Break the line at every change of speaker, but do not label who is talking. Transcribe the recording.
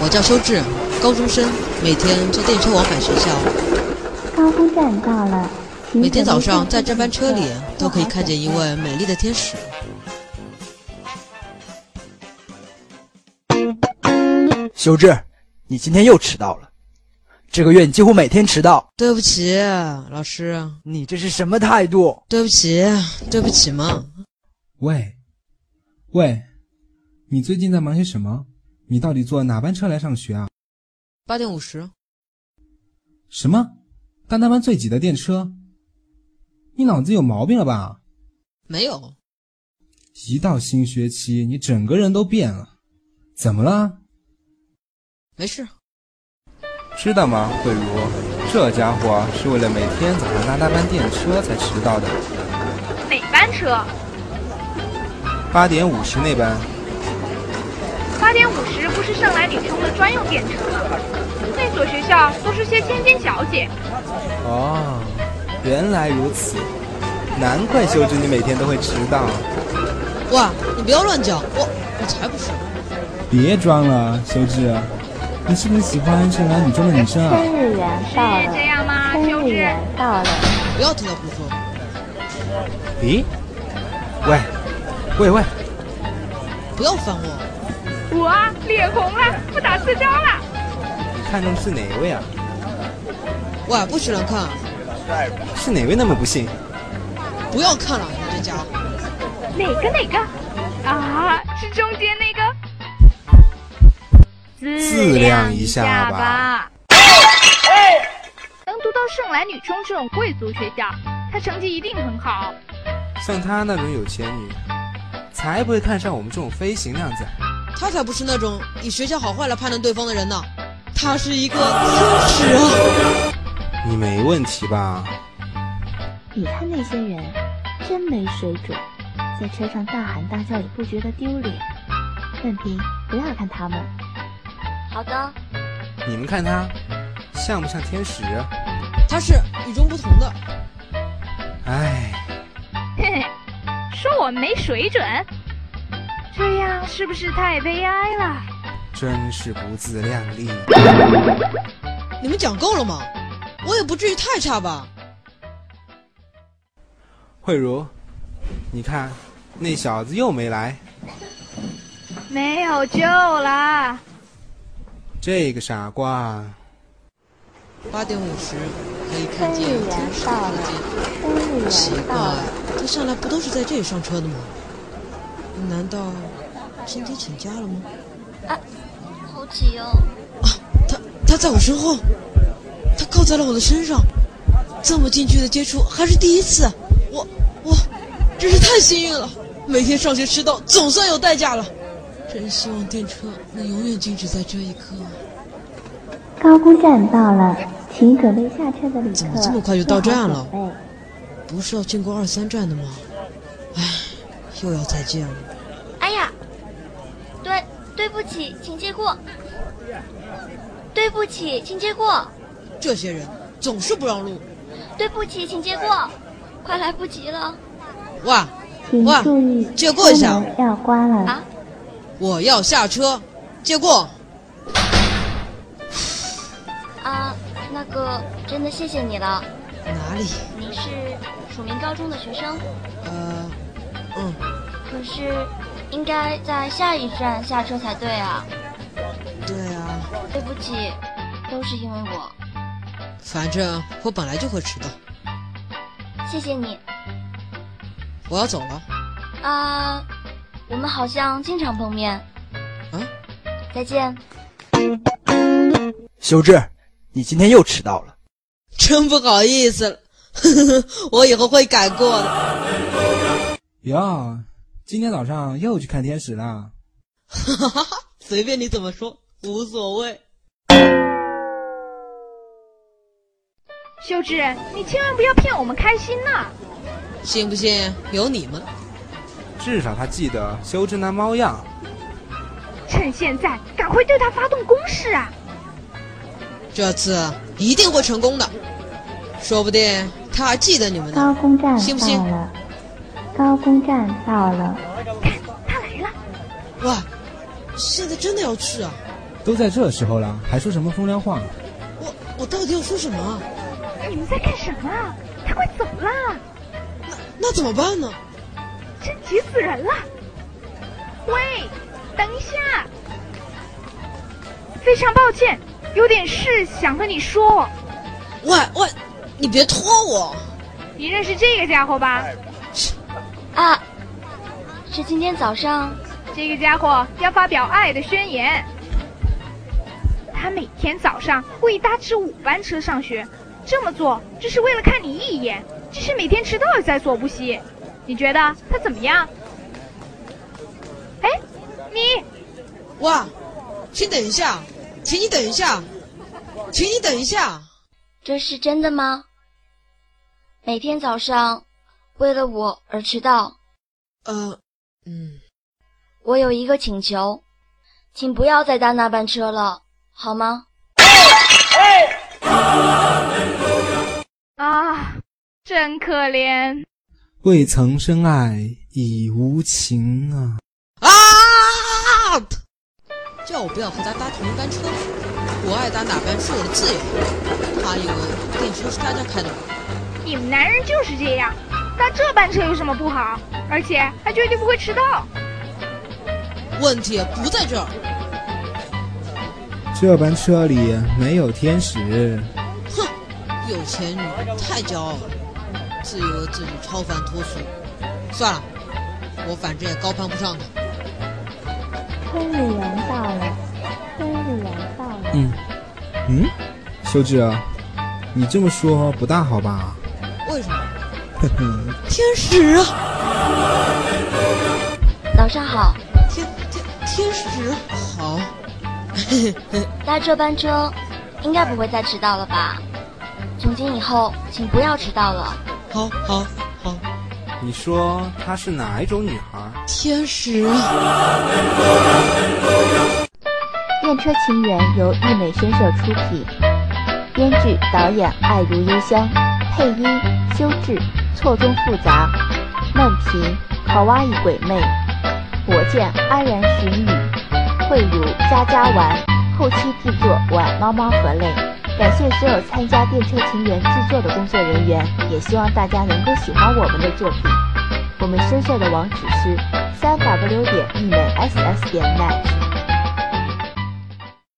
我叫修智，高中生，每天坐电车往返学校。
高峰站到了，请
每天早上在这
准备
班车里
上车
都可以看见一
做好准备
位美丽的天使。
修智，你今天又迟到了。这个月你几乎每天迟到，
对不起，老师，
你这是什么态度？
对不起，对不起嘛。
喂，喂，你最近在忙些什么？你到底坐哪班车来上学啊？
八点五十，
什么？大南班最挤的电车？你脑子有毛病了吧？
没有，
一到新学期，你整个人都变了。怎么了？
没事。
知道吗，慧茹，这家伙是为了每天早上搭大班电车才迟到的。
哪班车？
八点五十那班，
八点五十不是盛来女生的专用电车吗？那所学校都是些千金小姐。
哦，原来如此，难怪修之你每天都会迟到。
哇，你不要乱讲，我我才不是。
别装了，修智，啊你是不是喜欢盛来女中的女生啊？
生日员到
是
了，
这样吗
生
秋
日
之
员到了，
不要听他胡说。
咦，哎喂，喂喂，
不要烦我，
我啊脸红了，不打自招了。
你看中的是哪位啊？
哇，不许人看，
是哪位那么不幸？
不要看了，你这家伙。
哪个哪个？啊，是中间那个。
自量一下吧。
哎能读到盛来女中这种贵族学校，她成绩一定很好。
像她那种有钱女，才不会看上我们这种飞行靓仔。
他才不是那种以学校好坏来判断对方的人呢，他是一个天使啊！
你没问题吧？
你看那些人，真没水准，在车上大喊大叫也不觉得丢脸。任凭不要看他们，
好的，
你们看她，像不像天使？啊
他是与众不同的，
唉，
嘿嘿，说我没水准，这样是不是太悲哀了？
真是不自量力。
你们讲够了吗？我也不至于太差吧？
慧茹，你看，那小子又没来。
没有救了。
这个傻瓜，
八点五十可以看
生
见
日员
天使的
到
空间。，
了生日
奇
员
怪
到了，，
他向来不都是在这里上车的吗？难道今天请假了吗？
啊
啊
好挤哦。
他他在我身后，他靠在了我的身上，这么近距离的接触还是第一次，我我真是太幸运了。每天上学迟到总算有代价了，真希望电车能永远静止在这一刻。
高峰站到了，请准备下车的旅客
怎么这么快就到站了
做好准备
不是要经过二三站的吗？唉，又要再见了。
哎呀，对，对不起，请借过。对不起，请借过。
这些人总是不让路。
对不起，请借过。快来不及了
哇，
请
哇
注意，
借过一下
车门要关了。
啊！
我要下车，借过。
啊，那个，真的谢谢你了。
哪里？
你是署名高中的学生，
呃，嗯，
可是应该在下一站下车才对啊。
对啊，
对不起，都是因为我。
反正我本来就会迟到，
谢谢你
我要走了。
啊，我们好像经常碰面。
啊，
再见。
修智，你今天又迟到了。
真不好意思了， 呵呵，我以后会改过的。
哟，今天早上又去看天使了。
哈哈哈，随便你怎么说，无所谓。
秀智，你千万不要骗我们开心呐、
信不信有你们？
至少他记得修正那猫样。
趁现在赶快对他发动攻势啊！
这次一定会成功的，说不定他还记得你们
高
呢。
峰站
信不信
到了，高峰站到了，
他来了，
哇，现在真的要去啊？
都在这时候了，还说什么风凉话？
我我到底要说什么啊？
你们在干什么啊？他快走了，
那那怎么办呢？
真急死人了！喂，等一下，非常抱歉，有点事想和你说。
喂喂，你别拖我！
你认识这个家伙吧？
啊，是今天早上
这个家伙要发表爱的宣言。他每天早上故意搭迟五班车上学，这么做只是为了看你一眼，只是每天迟到也在所不惜。你觉得他怎么样？哎，你
喂，请等一下，请你等一下，请你等一下。
这是真的吗？每天早上为了我而迟到，
呃，嗯，
我有一个请求，请不要再搭那班车了，好吗？
啊，真可怜。
未曾深爱已无情啊！
啊！叫我不要和他搭同一班车，我爱搭哪班是我的自由。他以为电车是大家开的吗？
你们男人就是这样，搭这班车有什么不好？而且还绝对不会迟到。
问题不在这儿。
这班车里没有天使。
哼，有钱女人太骄傲了，自以为自己超凡脱俗。算了，我反正也高攀不上他。
推理员到了，推理员到了。
嗯，嗯，修志，啊你这么说不大好吧？
为什么？
呵呵，
天使啊，
早上好，
天天天使好。
搭这班车应该不会再迟到了吧？从今以后，请不要迟到了。
好，好，好，
你说她是哪一种女孩？
天使啊！
《电车情缘》由艺美声社出品，编剧、导演爱如幽香，配音修智，错综复杂，曼平、卡哇伊鬼魅，火箭安然使女，慧如佳佳丸，后期制作晚猫猫和类。感谢所有参加《电车情缘》制作的工作人员，也希望大家能够喜欢我们的作品。我们声社的网址是三 w 点艺美 ss 点 net。